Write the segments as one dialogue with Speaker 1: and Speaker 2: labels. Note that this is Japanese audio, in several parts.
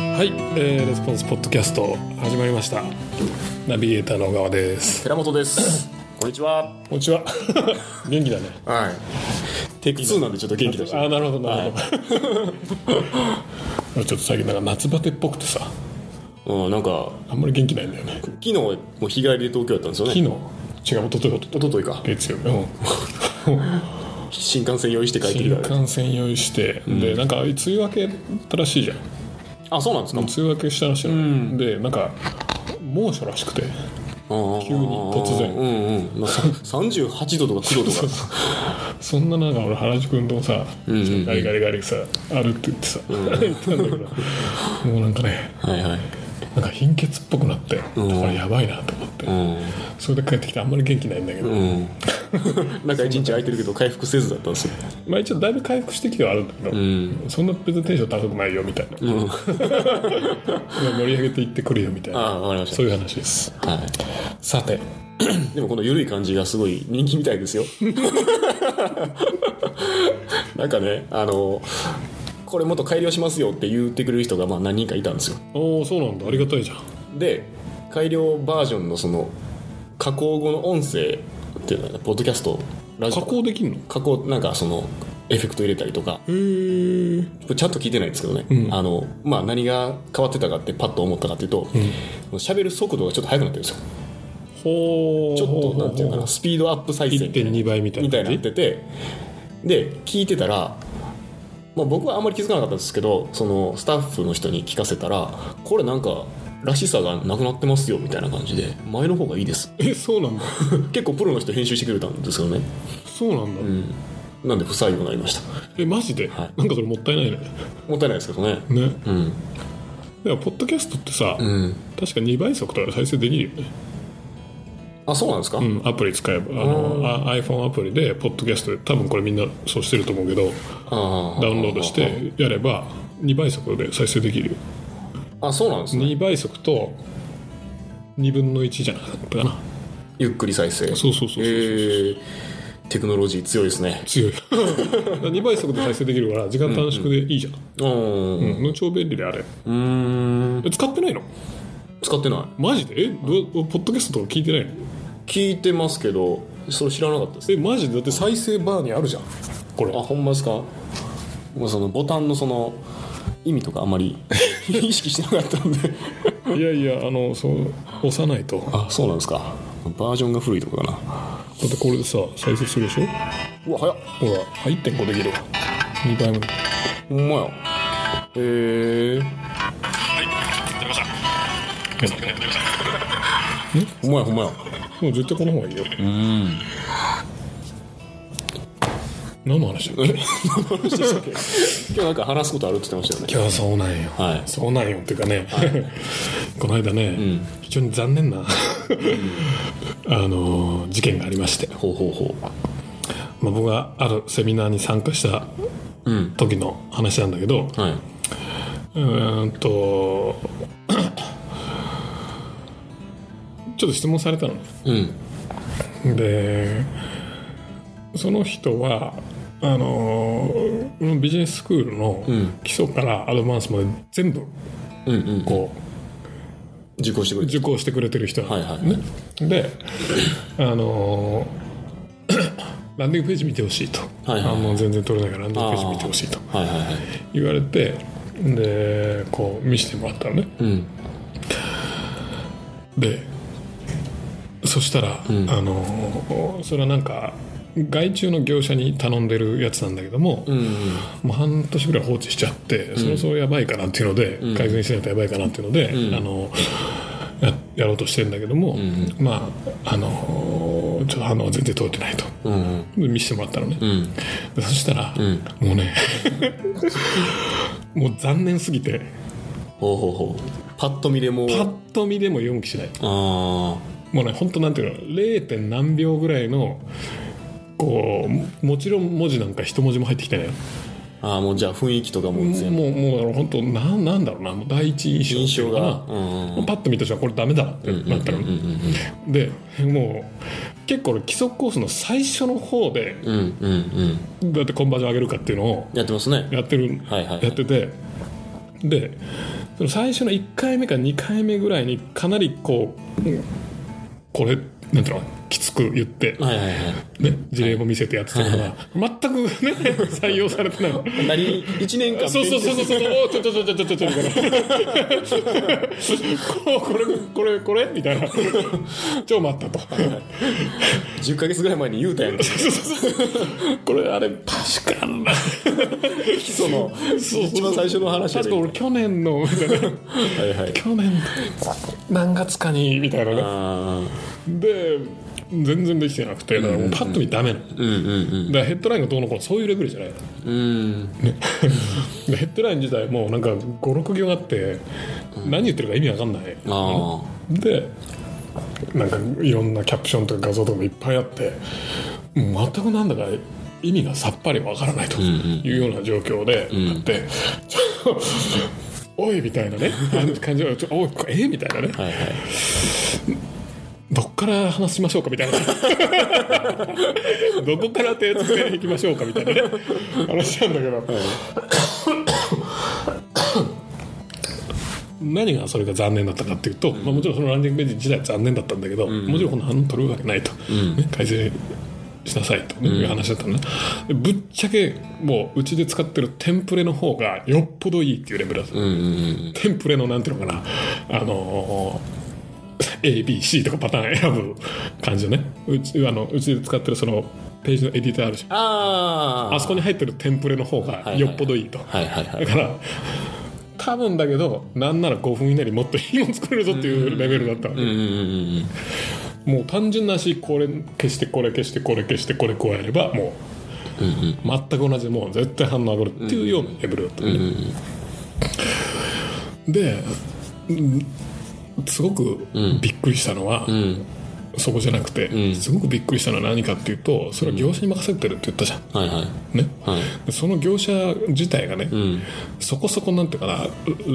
Speaker 1: えーレスポンスポッドキャスト始まりましたナビゲーターの小川です
Speaker 2: 寺本です。こんにちは。
Speaker 1: こんにちは 元気だね
Speaker 2: はい。
Speaker 1: テク
Speaker 2: 2なんでちょっと元気出した。
Speaker 1: ああなるほどなるほど ちょっと最近なんか夏バテっぽくてさ
Speaker 2: うん、なんか、
Speaker 1: あんまり元気ないんだよね
Speaker 2: 昨日もう日帰りで東京やったんですよ
Speaker 1: 昨日
Speaker 2: ね。
Speaker 1: 違う一昨日一
Speaker 2: 一
Speaker 1: 昨日
Speaker 2: 昨日か。
Speaker 1: 月曜日うん
Speaker 2: 新幹線用意して帰って
Speaker 1: 新
Speaker 2: きた。
Speaker 1: 幹線用意して、でなんか梅雨明けだったらしいじゃん
Speaker 2: あ、そうなんですか。
Speaker 1: 梅雨明けしたらしいの、でなんか猛暑らしくて
Speaker 2: 急
Speaker 1: に突然
Speaker 2: うんうん。まあ、さ38度とか9度 とか。
Speaker 1: そんな中俺原宿運動さ、
Speaker 2: んうんうん
Speaker 1: ガリガリガリさ歩ってってさ、言ってたんだけど もうなんかね
Speaker 2: はいはい。
Speaker 1: なんか貧血っぽくなって、これやばいなと思って、
Speaker 2: う
Speaker 1: それで帰ってきてあんまり元気ないんだけど、
Speaker 2: ん。うん。なんか一日空いてるけど回復せずだったんですよ。
Speaker 1: まあ一応だいぶ回復してきてはあるんだけど、
Speaker 2: ん
Speaker 1: そんな別にテンション高くないよみたいな、
Speaker 2: うん。
Speaker 1: 盛り上げていってくるよみたい
Speaker 2: あ
Speaker 1: な
Speaker 2: あ、わかりまし
Speaker 1: そういう話です
Speaker 2: た。は
Speaker 1: さて
Speaker 2: い。でもこの緩い感じがすごい人気みたいですよ。 なんかね、あの、これもっと改良しますよって言ってくれる人がまあ何人かいたんですよ。
Speaker 1: おおそうなんだありがたいじゃん
Speaker 2: で改良バージョンのその加工後の音声っていうのはポッドキャストラジ
Speaker 1: 加
Speaker 2: オ
Speaker 1: 工できんの
Speaker 2: 加工なんかそのエフェクト入れたりとか
Speaker 1: へえ
Speaker 2: ちゃんと聞いてないんですけどね、
Speaker 1: うん
Speaker 2: あのまあ、何が変わってたかってパッと思ったかっていうと喋、る速度がちょっと速くなってるんですよ
Speaker 1: ほう
Speaker 2: ちょっとなんていうかなスピードアップ再生みたいな
Speaker 1: 1.2倍みたいな
Speaker 2: みたいにな
Speaker 1: 感じ
Speaker 2: っててで聞いてたら、まあ、僕はあんまり気づかなかったんですけどそのスタッフの人に聞かせたらこれなんからしさがなくなってますよみたいな感じで前の方がいいです
Speaker 1: えそうなんだ
Speaker 2: 結構プロの人編集してくれたんですよね、
Speaker 1: そうなんだ、
Speaker 2: うん、なんで不採用になりました
Speaker 1: えマジで、
Speaker 2: はい
Speaker 1: なんかそれもったいないね
Speaker 2: もったいないですけどね
Speaker 1: ね
Speaker 2: うん
Speaker 1: でもポッドキャストってさ、
Speaker 2: うん
Speaker 1: 確か2倍速とかで再生できるよね、
Speaker 2: あそうなんですか、
Speaker 1: うん、アプリ使えばあのあ iPhone アプリでポッドキャストで多分これみんなそうしてると思うけど
Speaker 2: あ
Speaker 1: ダウンロードしてやれば2倍速で再生できるよ
Speaker 2: あそうなんですね
Speaker 1: 2倍速と2分の1じゃなかったかな
Speaker 2: ゆっくり再生
Speaker 1: そうそうそうそうそう、
Speaker 2: えーテクノロジー強いですね
Speaker 1: 強い2倍速で再生できるから時間短縮でいいじゃん、
Speaker 2: うん
Speaker 1: うん超便利であれ
Speaker 2: うーん
Speaker 1: え使ってないの
Speaker 2: 使ってない
Speaker 1: マジでえどうポッドキャストとか聞いてないの
Speaker 2: 聞いてますけどそれ知らなかったです
Speaker 1: えマジでだって再生バーにあるじゃんこれ
Speaker 2: あほんまですかもうそのボタンのその意味とかあん まり意識してなかったんで
Speaker 1: いやいやあのそう押さないと
Speaker 2: あそうなんですかバージョンが古いとかかな
Speaker 1: だってこれでさ再生するでしょ
Speaker 2: うわ早っ
Speaker 1: ほら1.5できるわ2倍もできる
Speaker 2: ほんまやへえほんまやほんまや
Speaker 1: もう絶対この方がいいようん何の話だっけ
Speaker 2: 今日なんか話すことあるって言ってましたよね
Speaker 1: 今日そうなんよ
Speaker 2: はい
Speaker 1: そうなんよっていうかね、 この間ね、非常に残念な あの事件がありまして、
Speaker 2: ほうほうほ
Speaker 1: まあ、僕があるセミナーに参加した
Speaker 2: ううん
Speaker 1: 時の話なんだけど、
Speaker 2: はいう
Speaker 1: ーんと ちょっと質問されたの
Speaker 2: うん
Speaker 1: でその人はあのービジネススクール
Speaker 2: ん
Speaker 1: の基礎からアドバンスまで全部
Speaker 2: うんうん
Speaker 1: こ
Speaker 2: 受講して
Speaker 1: う
Speaker 2: くれて
Speaker 1: 受講してくれてる人なんだよね、であの ーランディングページ見てほしいと、
Speaker 2: はいはい
Speaker 1: あもう全然取れないからランディングページ見てほしいと
Speaker 2: はいはいはい
Speaker 1: 言われてでこう見せてもらったのね
Speaker 2: うん
Speaker 1: でそしたら、あのそれはなんか外注の業者に頼んでるやつなんだけども、
Speaker 2: うん
Speaker 1: もう半年ぐらい放置しちゃって、そろそろやばいかなっていうので、改善しないとやばいかなっていうので、あのややろうとしてるんだけども、まああのちょっと反応は全然取れてないと
Speaker 2: うんうん
Speaker 1: で見せてもらったのね、
Speaker 2: うん
Speaker 1: でそしたら、もうね もう残念すぎて
Speaker 2: ほうほうほうパッと見でもう
Speaker 1: パッと見でも読む気しない
Speaker 2: あ
Speaker 1: もうね本当なんていうの 0. 点何秒ぐらいのこうももちろん文字なんか一文字も入ってきてないよ
Speaker 2: ーあーもうじゃあ雰囲気とかも全部
Speaker 1: もうもうだから本当なんなんだろうなもう第一印象
Speaker 2: 印象が
Speaker 1: って
Speaker 2: う
Speaker 1: いうのか
Speaker 2: んう
Speaker 1: な
Speaker 2: ん
Speaker 1: パッと見た瞬間これダメだってなったの、
Speaker 2: うんうん
Speaker 1: でもう結構俺基礎コースの最初の方で
Speaker 2: うんうんうんうん
Speaker 1: どうやってコンバージョン上げるかっていうのを
Speaker 2: やってますね
Speaker 1: やってる、
Speaker 2: はいはいはい
Speaker 1: やっててでその最初の1回目か2回目ぐらいにかなりこう、これなんていうのきつく言って、
Speaker 2: はいはいはい
Speaker 1: ね、事例も見せてやってたのが全くね採用されてない
Speaker 2: 何1年間
Speaker 1: そうそうそうそうそうおーちょちょちょちょちょちょみたいなこうこれこれこれみたいな超待ったと
Speaker 2: 10ヶ月ぐらい前に言うたやんか
Speaker 1: これあれ確かな
Speaker 2: 基礎の一番最初の話やで
Speaker 1: 確か俺去年のみたいな
Speaker 2: はいはい
Speaker 1: 去年何月かにみたいなね
Speaker 2: あ
Speaker 1: で全然できてなくてだからもうパッと見ダメなのだ
Speaker 2: ーうんうん
Speaker 1: からヘッドラインがどうのこうのそういうレベルじゃないの
Speaker 2: うん うん
Speaker 1: でヘッドライン自体もうなんか56行あって何言ってるか意味わかんない
Speaker 2: あ
Speaker 1: でなんかいろんなキャプションとか画像とかもいっぱいあってもう全くなんだか意味がさっぱりわからないというような状況であって、ちょおいみたい なねあの感じはちょおいえみたいなね
Speaker 2: あはいはい
Speaker 1: どっから話しましょうかみたいな どこから手つけていきましょうかみたいなね話なんだけど、 何がそれが残念だったかっていうと、まあ、もちろんそのランディングページ自体残念だったんだけど、もちろんこの反応取るわけないと、ね改正しなさいという話だったのね、でぶっちゃけもううちで使ってるテンプレの方がよっぽどいいっていうレベルだった、
Speaker 2: うんうん
Speaker 1: テンプレのなんていうのかなあのー ABC とかパターン選ぶ感じのねうちあのうちで使ってるそのページのエディターあるし
Speaker 2: ああ
Speaker 1: あそこに入ってるテンプレの方がよっぽどいいと、
Speaker 2: はいはいはい
Speaker 1: だから多分だけどなんなら5分以内にもっといいもの作れるぞっていうレベルだったわけ、
Speaker 2: うんうんうんうん
Speaker 1: もう単純なしこれ消してこれ消してこれ消してこれこうやればもう、全く同じもう絶対反応上がるっていうようなレベルだった、ねでうんすごくびっくりしたのは、
Speaker 2: ん
Speaker 1: そこじゃなくて、すごくびっくりしたのは何かっていうとそれは業者に任せてるって言ったじゃん、
Speaker 2: はいはい
Speaker 1: ね
Speaker 2: はい
Speaker 1: でその業者自体がね、
Speaker 2: ん
Speaker 1: そこそこなんていうかな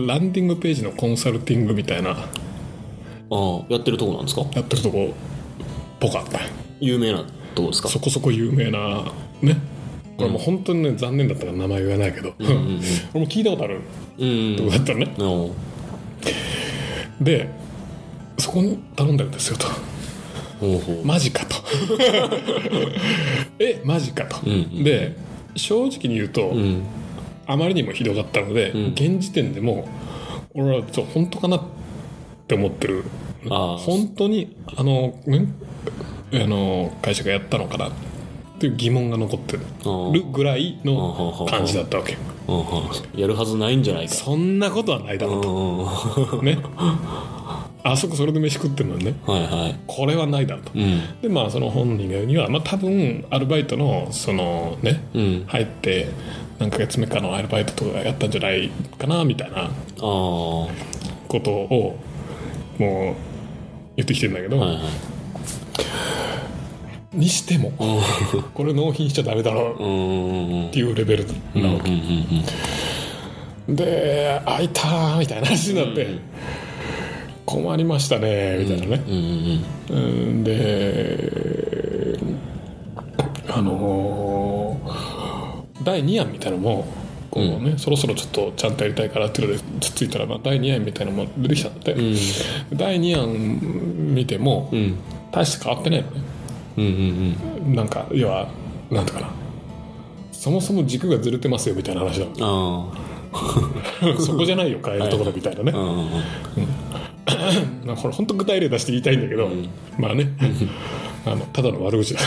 Speaker 1: ランディングページのコンサルティングみたいな
Speaker 2: ああやってるとこなんですか
Speaker 1: やってるとこぽかった
Speaker 2: 有名なとこですか
Speaker 1: そこそこ有名なねこれもう本当にね残念だったから名前言わないけど、 俺も聞いたことある
Speaker 2: うんうん
Speaker 1: とこだったのね、
Speaker 2: うん
Speaker 1: でそこに頼んでるんですよと
Speaker 2: ほうほう
Speaker 1: マジ かとえマジかと、
Speaker 2: んう
Speaker 1: で正直に言うと、
Speaker 2: うん
Speaker 1: あまりにもひどかったので、現時点でもう俺はちょ本当かなって思ってる
Speaker 2: ああ
Speaker 1: 本当にあの,、ね、あの会社がやったのかなっていう疑問が残ってるぐらいの感じだったわけ
Speaker 2: うんうんやるはずないんじゃないか
Speaker 1: そんなことはないだろう
Speaker 2: うんうんうんは
Speaker 1: とねあそこそれで飯食ってるのにね
Speaker 2: いはい
Speaker 1: これはないだろうと
Speaker 2: うん
Speaker 1: でまあその本人が言うには、まあ、多分アルバイトのそのね、
Speaker 2: うん
Speaker 1: 入って何ヶ月目かのアルバイトとかやったんじゃないかなみたいな
Speaker 2: ああは
Speaker 1: ことをもう言ってきてるんだけど、
Speaker 2: いはい
Speaker 1: にしても
Speaker 2: うん
Speaker 1: これ納品しちゃダメだろう
Speaker 2: うんうんうん
Speaker 1: っていうレベルなわけ、
Speaker 2: うんうんうん
Speaker 1: で「開いたー」みたいな話になって。困りましたねみたいなね、
Speaker 2: うんうん
Speaker 1: うん、であのー第2案みたいなのもこう、ねそろそろちょっとちゃんとやりたいからっていうのでつっついたらば第2案みたいなのも出てきたので、第2案見ても、
Speaker 2: ん
Speaker 1: 大して変わってないのね
Speaker 2: うんうん
Speaker 1: なんか要はなんとかなそもそも軸がずれてますよみたいな話だもん
Speaker 2: うんあ
Speaker 1: そこじゃないよ変えるところみたいなね、
Speaker 2: あうんうんうん
Speaker 1: まあこれ本当具体例出して言いたいんだけど、まあね あのただの悪口だ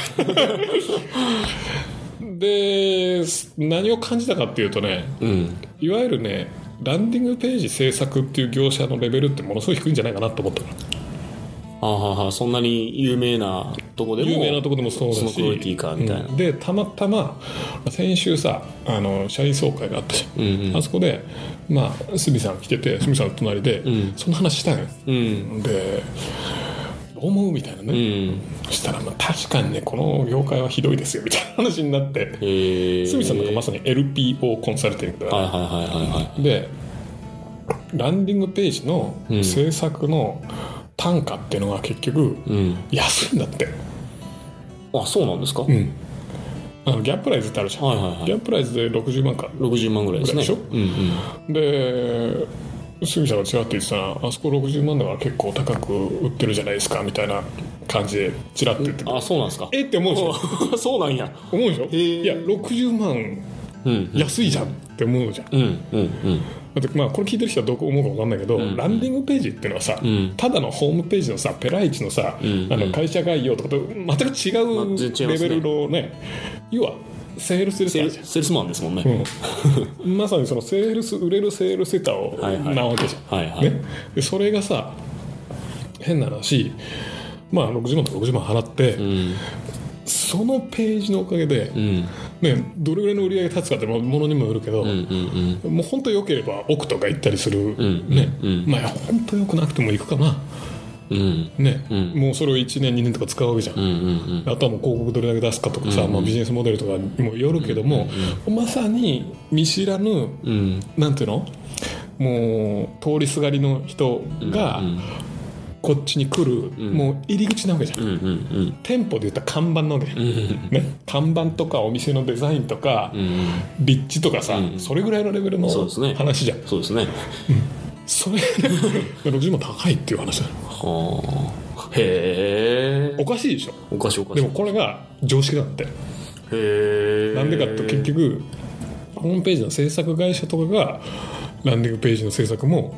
Speaker 1: です何を感じたかっていうとね
Speaker 2: うん
Speaker 1: いわゆるねランディングページ制作っていう業者のレベルってものすごい低いんじゃないかなと思ったの
Speaker 2: ああははそんなに有名なとこでも
Speaker 1: 有名なとこでもそうだし
Speaker 2: そのクオリティかみたいな
Speaker 1: うんでたまたま先週さあの社員総会があったじゃん、
Speaker 2: うんうん
Speaker 1: あそこでまあ鷲見さん来てて鷲見さんの隣で、そんな話したんよ
Speaker 2: うん
Speaker 1: でどう思うみたいなね、
Speaker 2: うん
Speaker 1: そしたらまあ確かにねこの業界はひどいですよみたいな話になって
Speaker 2: へえ
Speaker 1: 鷲見さんなんかまさに LPO コンサルティングだ、
Speaker 2: はいはいはいはいはい
Speaker 1: でランディングページの制作の単価っていうのが結局
Speaker 2: うん
Speaker 1: 安いんだって、
Speaker 2: あそうなんですか、
Speaker 1: うんあのギャップライズってあるじゃん、
Speaker 2: はいはいはい
Speaker 1: ギャップライズで60万か
Speaker 2: 60万ぐらいですね
Speaker 1: ぐらいでしょ
Speaker 2: うんうん
Speaker 1: で杉さんがちらっと言ってたらあそこ60万だから結構高く売ってるじゃないですかみたいな感じでちらっと言って
Speaker 2: あそうなんですか
Speaker 1: えって思うでしょ
Speaker 2: あそうなんや
Speaker 1: 思うでしょ
Speaker 2: ー
Speaker 1: いや60万
Speaker 2: うん
Speaker 1: 安いじゃんって思うじゃんだ
Speaker 2: うんうんうん
Speaker 1: ってまあこれ聞いてる人はどう思うか分かんないけど、
Speaker 2: ん
Speaker 1: ランディングページっていうのはさ、
Speaker 2: ん
Speaker 1: ただのホームページのさペライチのさ、
Speaker 2: ん
Speaker 1: あの会社概要とかと全く
Speaker 2: まあ
Speaker 1: 違
Speaker 2: 全
Speaker 1: う
Speaker 2: 然違いま
Speaker 1: レ
Speaker 2: す
Speaker 1: ベ
Speaker 2: ね
Speaker 1: ルのね要はセールスレタ
Speaker 2: セ
Speaker 1: ー
Speaker 2: ール
Speaker 1: じゃん
Speaker 2: セールスマンですもんね、
Speaker 1: うん、まさにそのセールス売れるセールスレターを
Speaker 2: はいはい
Speaker 1: なわけじゃん、
Speaker 2: はいはい
Speaker 1: ね、でそれがさ変な話まあ60万とか60万払って、
Speaker 2: うん
Speaker 1: そのページのおかげで、
Speaker 2: うん
Speaker 1: ね、どれぐらいの売り上げが立つかってもものにもよるけど、
Speaker 2: うんうん
Speaker 1: もう本当良ければ奥とか行ったりする、
Speaker 2: ん
Speaker 1: ね、
Speaker 2: うん
Speaker 1: まあ本当良くなくても行くかな、
Speaker 2: うんうん
Speaker 1: ね
Speaker 2: うん
Speaker 1: もうそれを1年2年とか使うわけじゃん、
Speaker 2: うんうん
Speaker 1: あとはもう広告どれだけ出すかとかさ、まあ、ビジネスモデルとかにもよるけども、まさに見知らぬ
Speaker 2: うんうん
Speaker 1: なんていうのもう通りすがりの人がこっちに来る、もう入り口なわけじゃん、
Speaker 2: うんうんうん
Speaker 1: 店舗で言ったら看板なわけじゃん、
Speaker 2: うん
Speaker 1: ね、看板とかお店のデザインとか、
Speaker 2: うん
Speaker 1: 立地とかさ、
Speaker 2: うん
Speaker 1: それぐらいのレベルの
Speaker 2: そうですね
Speaker 1: 話じゃん
Speaker 2: そうですね
Speaker 1: それ 60万高いっていう話だよ
Speaker 2: はあへえ
Speaker 1: おかしいでしょ
Speaker 2: おかしいおかし
Speaker 1: で
Speaker 2: い
Speaker 1: もこれが常識だって
Speaker 2: へえ
Speaker 1: なんでかって結局ホームページの制作会社とかがランディングページの制作も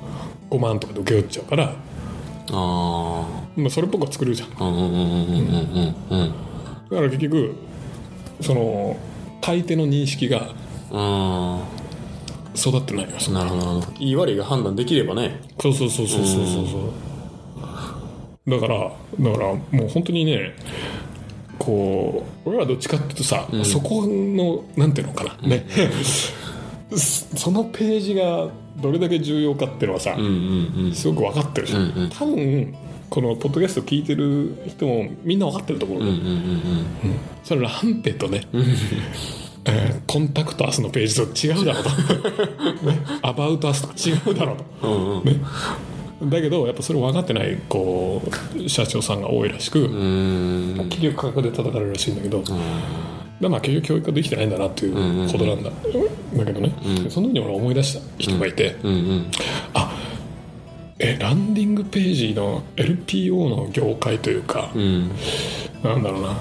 Speaker 1: 5万とかで請け負っちゃうから、
Speaker 2: あ
Speaker 1: まあ、それっぽくは作れるじゃん
Speaker 2: あうんうんうんうんうんうんうん
Speaker 1: だから結局その買い手の認識が
Speaker 2: あ
Speaker 1: 育ってないよ
Speaker 2: あ
Speaker 1: その
Speaker 2: なるほどなるほどいい悪いが判断できればね
Speaker 1: そうそうそうそうそうそうそうだからだからもう本当にねこう俺らどっちかっていうとさ、そこのなんていうのかな、ね そそのページがどれだけ重要かっていうのはさ、
Speaker 2: うんうん
Speaker 1: すごく分かってるじゃん、
Speaker 2: うんうん
Speaker 1: 多分このポッドキャスト聞いてる人もみんな分かってるところ、
Speaker 2: うんうんうんうん
Speaker 1: それランペとね、えーコンタクトアスのページと違うだろうと、 ね、アバウトアスと違うだろうと、
Speaker 2: うんうん
Speaker 1: ね、だけどやっぱそれ分かってないこう社長さんが多いらしく、
Speaker 2: うーん
Speaker 1: 企業価格で叩かれるらしいんだけど、だからまあ結局教育ができてないんだなってい
Speaker 2: んうん
Speaker 1: うことなんだ、だけどね、その時に俺思い出した人がいて、
Speaker 2: うんうん
Speaker 1: えランディングページの LPO の業界というか、
Speaker 2: うん
Speaker 1: なんだろうな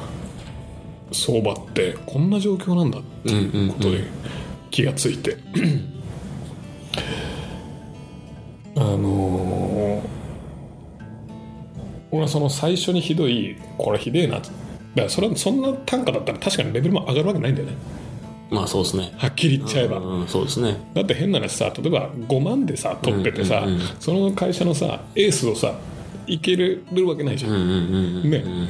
Speaker 1: 相場ってこんな状況なんだっていうことで気がついて、あのー俺はその最初にひどいこれひでえなだからそれはそんな単価だったら確かにレベルも上がるわけないんだよね
Speaker 2: まあそうですね
Speaker 1: はっきり言っちゃえば、
Speaker 2: うんそうですね
Speaker 1: だって変な話さ例えば5万でさ取っててさ、
Speaker 2: うんうんうん
Speaker 1: その会社のさエースをさいけるわけないじゃん
Speaker 2: うんうんうんうん
Speaker 1: ね、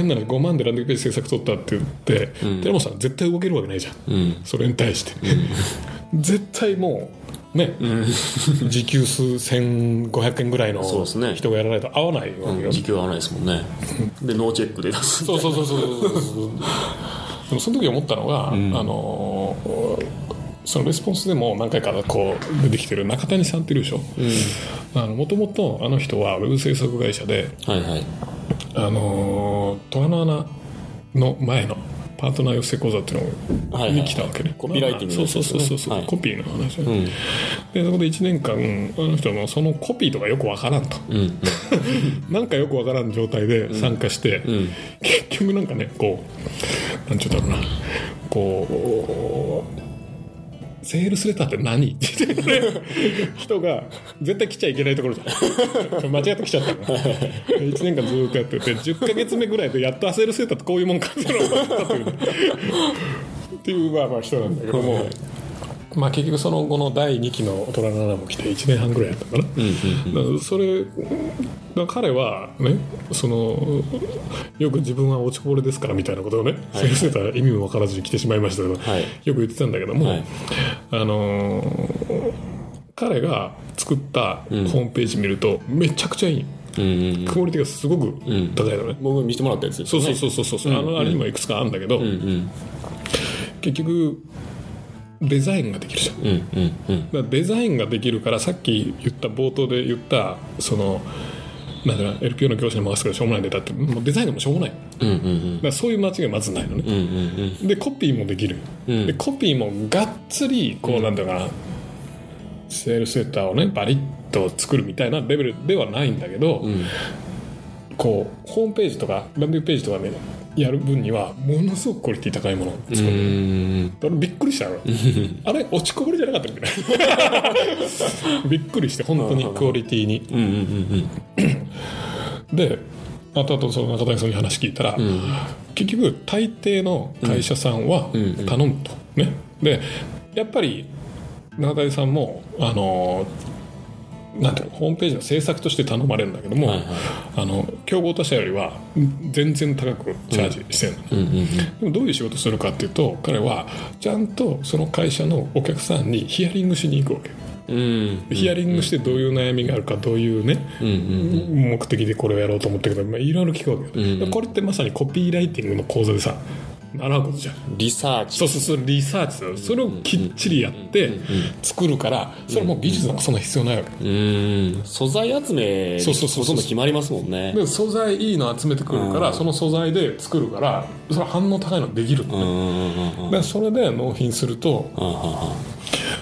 Speaker 1: 変なの5万でランディングページ制作取ったって言って、寺本さん絶対動けるわけないじゃん、
Speaker 2: うん
Speaker 1: それに対して、絶対もうね、時給数1500円ぐらいの
Speaker 2: そうですね
Speaker 1: 人がやらないと合わないわけよ、
Speaker 2: 時給合わないですもんねでノーチェックで出す
Speaker 1: そうそうそうそうそうそうそうでもその時思ったのが、あのーそのレスポンスでも何回かこう出てきてる中谷さんっているでしょもともとあの人はウェブ制作会社で
Speaker 2: はいはい
Speaker 1: あのー、虎の穴の前のパートナー養成講座っていう
Speaker 2: はい
Speaker 1: の
Speaker 2: はい
Speaker 1: に来たわけね、
Speaker 2: コピーライティングの
Speaker 1: そ
Speaker 2: や
Speaker 1: う
Speaker 2: つ
Speaker 1: そう
Speaker 2: です
Speaker 1: そ
Speaker 2: ね
Speaker 1: うそうそう、
Speaker 2: はい
Speaker 1: コピーの話、ね
Speaker 2: うん
Speaker 1: でそこで1年間あの人もそのコピーとかよくわからんと、
Speaker 2: うん
Speaker 1: なんかよくわからん状態で参加して、
Speaker 2: ん
Speaker 1: 結局なんかねこうなんちゅうんだろうなこうセールスレターって何みたいなね人が絶対来ちゃいけないところじゃん 間違って来ちゃったの1年間ずっとやってて10ヶ月目ぐらいでやっとあセールスレターってこういうもんかっていうのが分かったというねっていうまあまあ人なんだけども。まあ、結局その後の第2期の「大人の7」も来て1年半ぐらいやったのかな、だからそれだから彼はねそのよく自分は落ちこぼれですからみたいなことをね、先生とは意味も分からずに来てしまいましたけど、
Speaker 2: はい
Speaker 1: よく言ってたんだけども、
Speaker 2: はい
Speaker 1: あのー彼が作ったホームページ見るとめちゃくちゃいい、
Speaker 2: うんうん
Speaker 1: クオリティがすごく高いのね、
Speaker 2: 僕見せてもらったやつです
Speaker 1: そう
Speaker 2: よ
Speaker 1: そ
Speaker 2: ね
Speaker 1: うそうそうそう、あのあれにもいくつかあるんだけど、
Speaker 2: うん
Speaker 1: 結局デザインができるじゃん
Speaker 2: うんうんうん
Speaker 1: だからデザインができるからさっき言った冒頭で言ったそのなんだろう LPO の業者に回すからしょうもないネタってもうデザインでもしょうもないだか
Speaker 2: うんうんうん
Speaker 1: らそういう間違いまずないのね
Speaker 2: うんうん
Speaker 1: でコピーもできる、
Speaker 2: うん
Speaker 1: でコピーもがっつりこうなんだろうかな、セールスレターをねバリッと作るみたいなレベルではないんだけど、
Speaker 2: ん
Speaker 1: こうホームページとかランディングページとかねやる分にはものすごくクオリティ高いものを作る、
Speaker 2: うん
Speaker 1: 俺びっくり したのあれ落ちこぼれじゃなかったっけ びっくりして本当にクオリティに
Speaker 2: うんうんうん
Speaker 1: で後々その中谷さんに話聞いたら、結局大抵の会社さんは
Speaker 2: んうん
Speaker 1: 頼むと、ねでやっぱり中谷さんもあのなんていうのホームページの制作として頼まれるんだけども、
Speaker 2: はいはい
Speaker 1: あの競合他社よりは全然高くチャージしてるの、
Speaker 2: うんうんうん
Speaker 1: でもどういう仕事するかっていうと彼はちゃんとその会社のお客さんにヒアリングしに行くわけ
Speaker 2: うん
Speaker 1: ヒアリングしてどういう悩みがあるかどういうね、
Speaker 2: うんうん
Speaker 1: 目的でこれをやろうと思ったけど、まあ、いろいろ聞くわけよ、
Speaker 2: うんうん
Speaker 1: これってまさにコピーライティングの講座でさ習うことじゃん
Speaker 2: リサーチ
Speaker 1: そうそうそうリサーチだよそれをきっちりやって作るからそれはもう技術なんかそんな必要ないわけ
Speaker 2: うん素材集め
Speaker 1: そうそうそうそう
Speaker 2: ほとんど決まりますもんね
Speaker 1: で素材いいの集めてくるから
Speaker 2: うん
Speaker 1: その素材で作るからそれは反応高いのできる
Speaker 2: うんうんうんうんうん
Speaker 1: でそれで納品すると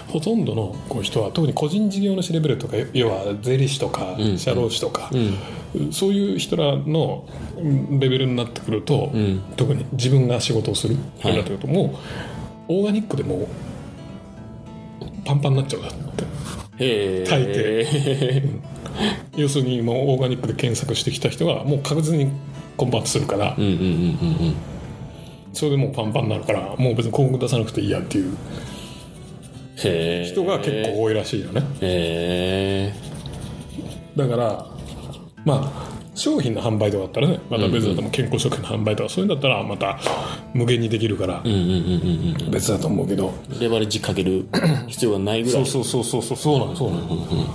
Speaker 1: ほとんどのこう人は特に個人事業主レベルとか要は税理士とか
Speaker 2: うん
Speaker 1: 社労士とか、
Speaker 2: うん
Speaker 1: そういう人らのうんレベルになってくると、
Speaker 2: うん
Speaker 1: 特に自分が仕事をするよう
Speaker 2: はい
Speaker 1: になってくると、もうオーガニックでもうパンパンになっちゃうんだって
Speaker 2: へえ
Speaker 1: 大要するにもうオーガニックで検索してきた人がもう確実にコンバートするから、
Speaker 2: うんうんうんうんうん
Speaker 1: それでもうパンパンになるからもう別に広告出さなくていいやっていう
Speaker 2: へえ
Speaker 1: 人が結構多いらしいよね、
Speaker 2: へえ
Speaker 1: だからまあ商品の販売とかだったらねまた別だと思う健康食品の販売とかそういうんだったらまた無限にできるから
Speaker 2: うんうんうんうんう
Speaker 1: 別だと思うけど、
Speaker 2: んレバレッジかける必要がないぐら
Speaker 1: そ
Speaker 2: いう
Speaker 1: そうそうそうそうそうなのそうなの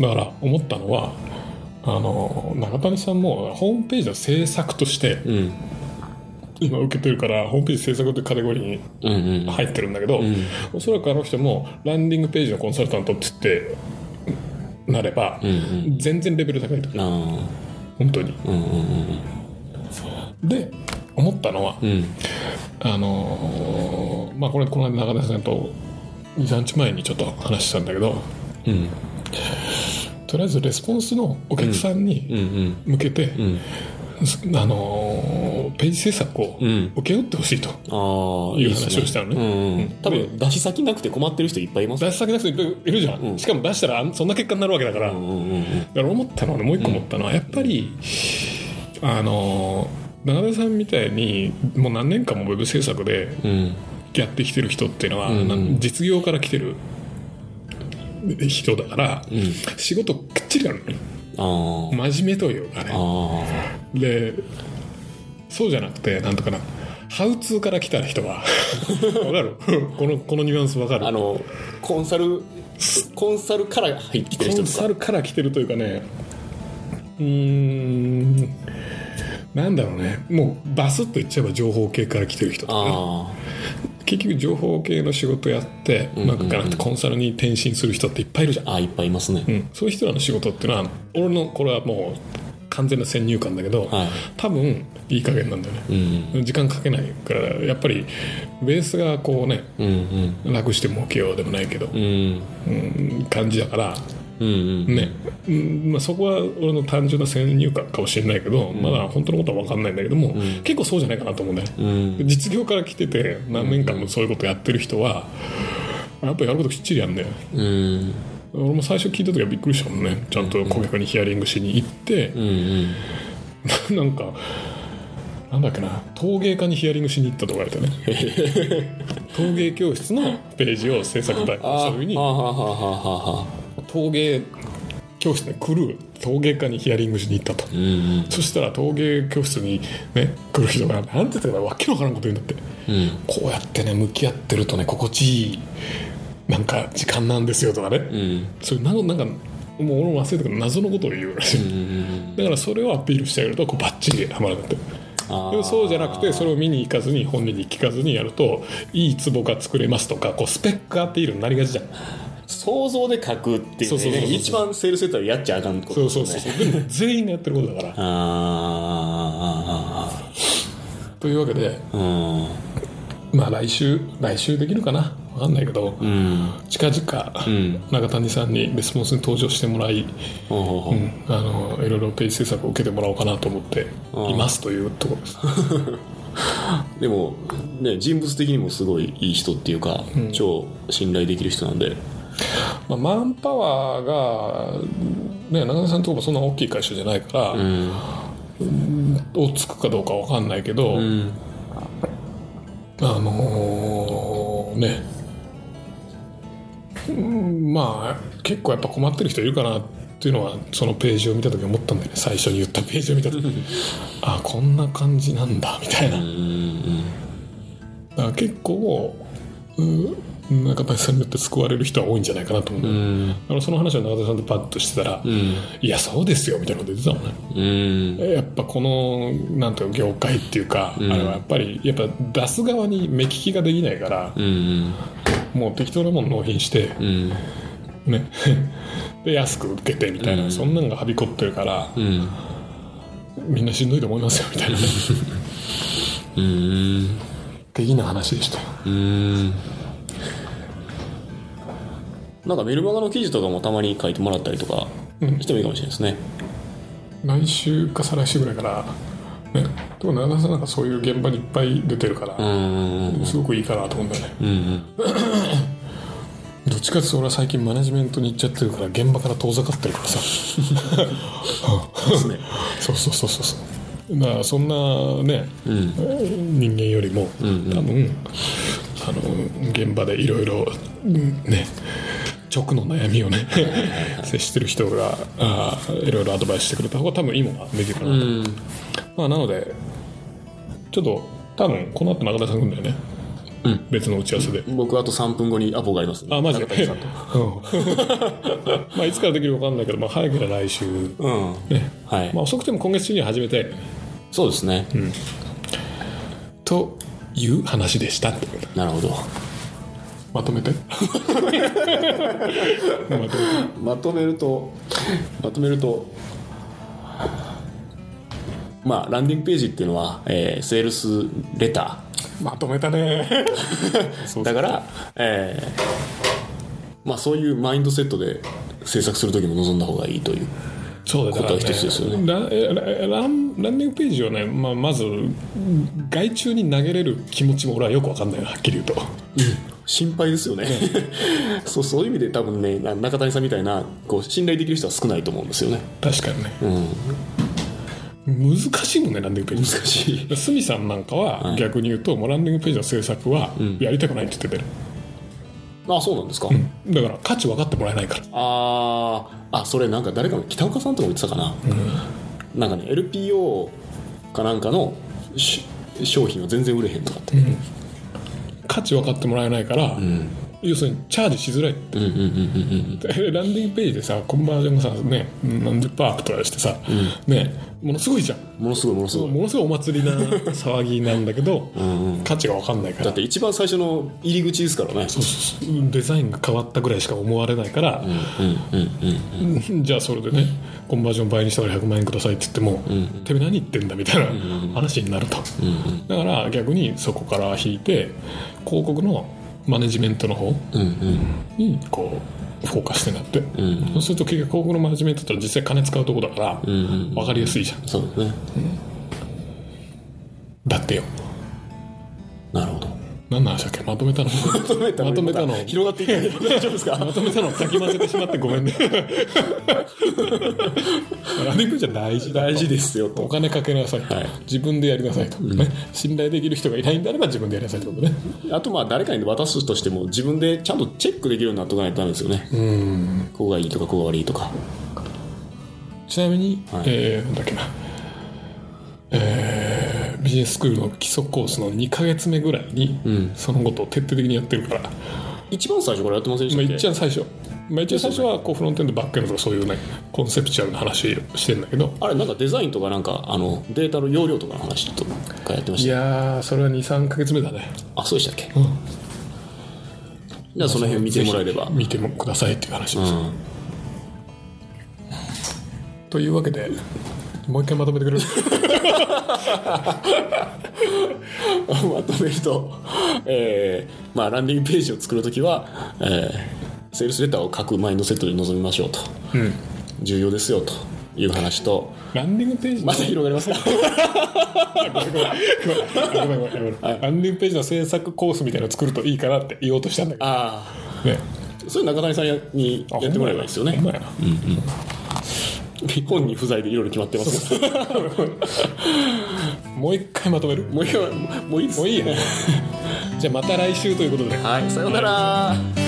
Speaker 1: だから思ったのはあの中谷さんもホームページの制作として
Speaker 2: うん
Speaker 1: 今受けてるからホームページ制作ってカテゴリーに
Speaker 2: うんうん
Speaker 1: 入ってるんだけど、
Speaker 2: ん
Speaker 1: おそらくあの人もランディングページのコンサルタントって言ってなれば、
Speaker 2: うん
Speaker 1: 全然レベル高いと
Speaker 2: うんあ
Speaker 1: 本当に
Speaker 2: ーうんうんうん
Speaker 1: で思ったのは
Speaker 2: うん
Speaker 1: あのーまあこれこの間中谷さんと23日前にちょっと話したんだけど
Speaker 2: うん
Speaker 1: とりあえずレスポンスのお客さんに
Speaker 2: うんうん
Speaker 1: 向けて、
Speaker 2: うん
Speaker 1: あのーページ制作を
Speaker 2: うん
Speaker 1: 請け負ってほしいと、
Speaker 2: ああ
Speaker 1: いう話をしたのね
Speaker 2: うんうん、多
Speaker 1: う
Speaker 2: 分出し先なくて困ってる人いっぱいいます
Speaker 1: 出し先なくているじゃん、
Speaker 2: うん
Speaker 1: しかも出したらあんそんな結果になるわけだから、
Speaker 2: うん
Speaker 1: だ
Speaker 2: うんうんうん
Speaker 1: から思ったのはねもう一個思ったのは、やっぱりあのー永田さんみたいにもう何年間もウェブ制作で
Speaker 2: うん
Speaker 1: やってきてる人っていうのは、
Speaker 2: うん
Speaker 1: なん実業から来てる人だから、
Speaker 2: うん
Speaker 1: 仕事くっちりあるのね
Speaker 2: あ
Speaker 1: 真面目というか
Speaker 2: あ
Speaker 1: ね
Speaker 2: あ
Speaker 1: でそうじゃなくてなんとかなハウツーから来た人 はわかる このこのニュアンスわか
Speaker 2: あ
Speaker 1: る
Speaker 2: あのコンサルコンサルから入ってきてる
Speaker 1: コ
Speaker 2: 人
Speaker 1: ン
Speaker 2: と
Speaker 1: サ
Speaker 2: か
Speaker 1: ルから来てるというかねうーんなんだろうねもうバスッと言っちゃえば情報系から来てる人とかね
Speaker 2: あ
Speaker 1: 結局情報系の仕事やってうまくいかなくてコンサルに転身する人っていっぱいいるじゃん、
Speaker 2: ああいっぱいいますね、
Speaker 1: うん、そういう人らの仕事っていうのは俺のこれはもう完全な先入観だけど、
Speaker 2: はい
Speaker 1: 多分いい加減なんだよね、
Speaker 2: うん
Speaker 1: 時間かけないからやっぱりベースがこうね
Speaker 2: うんうん
Speaker 1: 楽して儲けようでもないけど
Speaker 2: う、ん
Speaker 1: うん感じだから
Speaker 2: うんうん
Speaker 1: ね、うんまあ、そこは俺の単純な先入観かもしれないけど、まだ本当のことは分かんないんだけども、結構そうじゃないかなと思うんだよね、
Speaker 2: うん
Speaker 1: 実業から来てて何年間もそういうことやってる人はやっぱやることきっちりやんだよ
Speaker 2: うん
Speaker 1: 俺も最初聞いた時はびっくりしたもんねちゃんと顧客にヒアリングしに行って
Speaker 2: う、んうん
Speaker 1: なんかなんだっけな陶芸家にヒアリングしに行ったとか言われてね 陶芸教室のページを制作代
Speaker 2: あ
Speaker 1: 行
Speaker 2: あ
Speaker 1: した時に
Speaker 2: はあはあはあはあはあ
Speaker 1: 陶芸教室に来る陶芸家にヒアリングしに行ったと、
Speaker 2: うんうん
Speaker 1: そしたら陶芸教室にね来る人がなんて言ってたかなわけのわからんこと言うんだって
Speaker 2: うん
Speaker 1: こうやってね向き合ってるとね心地いいなんか時間なんですよとかね、
Speaker 2: うん
Speaker 1: そういうなんかなんかもう俺も忘れたけど謎のことを言うらしい、
Speaker 2: うん
Speaker 1: だからそれをアピールしてあげるとこうバッチリハマるんだって
Speaker 2: あ
Speaker 1: でもそうじゃなくてそれを見に行かずに本人に聞かずにやるといい壺が作れますとかこうスペックアピールになりがちじゃん
Speaker 2: 想像で書くっていう,、
Speaker 1: そう
Speaker 2: ね、
Speaker 1: そうそうそう
Speaker 2: 一番セールセットでやっちゃあかんこと
Speaker 1: そう
Speaker 2: です
Speaker 1: そ
Speaker 2: よ
Speaker 1: う
Speaker 2: ね
Speaker 1: そうそうでも全員がやってることだから
Speaker 2: あ
Speaker 1: というわけで
Speaker 2: ああああああ
Speaker 1: まあ来週来週できるかなわかんないけど、
Speaker 2: うん
Speaker 1: 近々、
Speaker 2: うん
Speaker 1: 中谷さんにレスポンスに登場してもらい、
Speaker 2: ほうほうほう
Speaker 1: うんあのいろいろページ制作を受けてもらおうかなと思っていますというところです。
Speaker 2: でも、ね、人物的にもすごいいい人っていうか、超信頼できる人なんで
Speaker 1: まあ、マンパワーが、ね、中田さんのとこもそんな大きい会社じゃないから、
Speaker 2: うん
Speaker 1: をつくかどうかわかんないけど、
Speaker 2: うん
Speaker 1: あのーねうんまあ結構やっぱ困ってる人いるかなっていうのはそのページを見た時思ったんだよね最初に言ったページを見た時あこんな感じなんだみたいな
Speaker 2: う。ん
Speaker 1: だから結構うん中谷さんによって救われる人は多いんじゃないかなと思う、
Speaker 2: うん
Speaker 1: あのその話を中谷さんとパッとしてたら「
Speaker 2: うん
Speaker 1: いやそうですよ」みたいなこと言ってたもんね
Speaker 2: うん
Speaker 1: やっぱこのなんていうの業界っていうか、
Speaker 2: うん
Speaker 1: あれはやっぱりやっぱ出す側に目利きができないから、
Speaker 2: うん
Speaker 1: もう適当なもの納品して、
Speaker 2: うん
Speaker 1: ね で安く受けてみたいな、
Speaker 2: うん
Speaker 1: そんなんがはびこってるから
Speaker 2: うん
Speaker 1: みんなしんどいと思いますよみたいなね
Speaker 2: うん
Speaker 1: 的な話でしたよ
Speaker 2: うんなんかメルマガの記事とかもたまに書いてもらったりとかしてもいいかもしれないですね、
Speaker 1: 来週か再来週ぐらいからねでも奈良さんなんかそういう現場にいっぱい出てるから、
Speaker 2: うん
Speaker 1: すごくいいかなと思うんだよね
Speaker 2: うん
Speaker 1: どっちかっていうと俺は最近マネジメントに行っちゃってるから現場から遠ざかってるからさ
Speaker 2: ですね
Speaker 1: そうそうそうそうそうだからそんなね
Speaker 2: うん
Speaker 1: 人間よりも多
Speaker 2: ん
Speaker 1: 分あの現場でいろいろね直の悩みをね接してる人がいろいろアドバイスしてくれた方が多分いいものができるかなと、
Speaker 2: うん
Speaker 1: まあなのでちょっと多分この後中田さん来るんだよね、
Speaker 2: うん
Speaker 1: 別の打ち合わせで。
Speaker 2: 僕あと3分後にアポがあります、ね、
Speaker 1: あマジで
Speaker 2: 中谷さんと
Speaker 1: うん まあいつからできるか分かんないけど、まあ、早ければ来週、
Speaker 2: うん
Speaker 1: ね
Speaker 2: はい、
Speaker 1: まあ、遅くても今月中には始めたいよね
Speaker 2: そうですね、
Speaker 1: という話でしたってこと
Speaker 2: なるほど
Speaker 1: まとめて まとめて
Speaker 2: まとめるとまとめるとまあランディングページっていうのは、えーセールスレタ
Speaker 1: まとめたねそ
Speaker 2: ー
Speaker 1: う
Speaker 2: だから、えーまあ、そういうマインドセットで制作する時も望んだ方がいいという
Speaker 1: そうだ
Speaker 2: 答え一つですよ
Speaker 1: ねララ ランランディングページをね、まあ、まず外注に投げれる気持ちも俺はよく分かんないよはっきり言うと
Speaker 2: 心配ですよね そうそういう意味で多分ねな中谷さんみたいなこう信頼できる人は少ないと思うんですよね、
Speaker 1: 確かにね
Speaker 2: うん、
Speaker 1: 難しいもんねランディングペー
Speaker 2: 難
Speaker 1: ジ
Speaker 2: しい
Speaker 1: 鷲見さんなんかは逆に言うと、もうランディングページの制作はやりたくないって言ってて、
Speaker 2: あそうなんですか、
Speaker 1: だから価値分かってもらえないから
Speaker 2: あーあそれなんか誰かも北岡さんとかも言ってたかな、なんかね LPO かなんかのし商品は全然売れへんとかって、
Speaker 1: 価値分かってもらえないから、要するにチャージしづらいって
Speaker 2: うん、うんうんうん
Speaker 1: でランディングページでさコンバージョンがさね何十パーアップとかしてさ、ねものすごいじゃん
Speaker 2: うんものすごいものすごい
Speaker 1: ものすごいお祭りな騒ぎなんだけど、価値が分かんないか
Speaker 2: だ
Speaker 1: ら
Speaker 2: って一番最初の入り口ですからね
Speaker 1: そうそうそうデザインが変わったぐらいしか思われないから、
Speaker 2: うんうんうん
Speaker 1: じゃあそれでねコンバージョン倍にしたから100万円くださいって言っても、てめえ何言ってんだみたいな話になると、だから逆にそこから引いて広告のマネジメントの方にこうフォーカスになって、そうすると結局広告のマネジメントってのは実際金使うとこだから、分かりやすいじゃん
Speaker 2: そうですね
Speaker 1: だってよ
Speaker 2: なるほど
Speaker 1: 何の話だっけまと めたのまとめたの
Speaker 2: 広がっていかない大丈夫ですか
Speaker 1: まとめたのをかき混ぜてしまってごめん ねランディングじゃ大事だ
Speaker 2: 大事ですよ
Speaker 1: お
Speaker 2: と
Speaker 1: 金かけなさい、
Speaker 2: はい
Speaker 1: 自分でやりなさいと、ね信頼できる人がいないんであれば自分でやりなさいってことね
Speaker 2: あとまあ誰かに渡すとしても自分でちゃんとチェックできるようになっておかないとダメですよねここがいいとかここが悪いとか
Speaker 1: ちなみに、えーなんだっけなえービジネススクールの基礎コースの2か月目ぐらいに、そのことを徹底的にやってるから、ま
Speaker 2: 一番最初からやってませんでし
Speaker 1: あ、
Speaker 2: たっけ
Speaker 1: 一番最初、まあ、一番最初はこうフロントエンドバックエンドとかそういうねコンセプチュアルな話をしてんだけど
Speaker 2: あれなんかデザインとかなんかあのデータの容量とかの話とかやってま
Speaker 1: い
Speaker 2: した
Speaker 1: やーそれは23か月目だね
Speaker 2: あそうでしたっけ、じゃあその辺見てもらえれば
Speaker 1: 見てもくださいっていう話です、
Speaker 2: うん
Speaker 1: というわけでもう一回まとめてくれる
Speaker 2: まとめると、えーまあ、ランディングページを作るときは、えーセールスレターを書くマインドセットで臨みましょうと
Speaker 1: うん、
Speaker 2: 重要ですよという話と
Speaker 1: ランディングページ
Speaker 2: また広がります か
Speaker 1: ごめんごめんごめんランディングページの制作コースみたいなの作るといいかなって言おうとしたんだけ
Speaker 2: あ
Speaker 1: どね
Speaker 2: あそれ中谷さんやにやってもらえばいいですよね
Speaker 1: ほんまやな
Speaker 2: 本人不在でいろいろ決まってますから
Speaker 1: もう一回まとめる
Speaker 2: もういいよもういいです
Speaker 1: もういいやじゃあまた来週ということで
Speaker 2: はいさようなら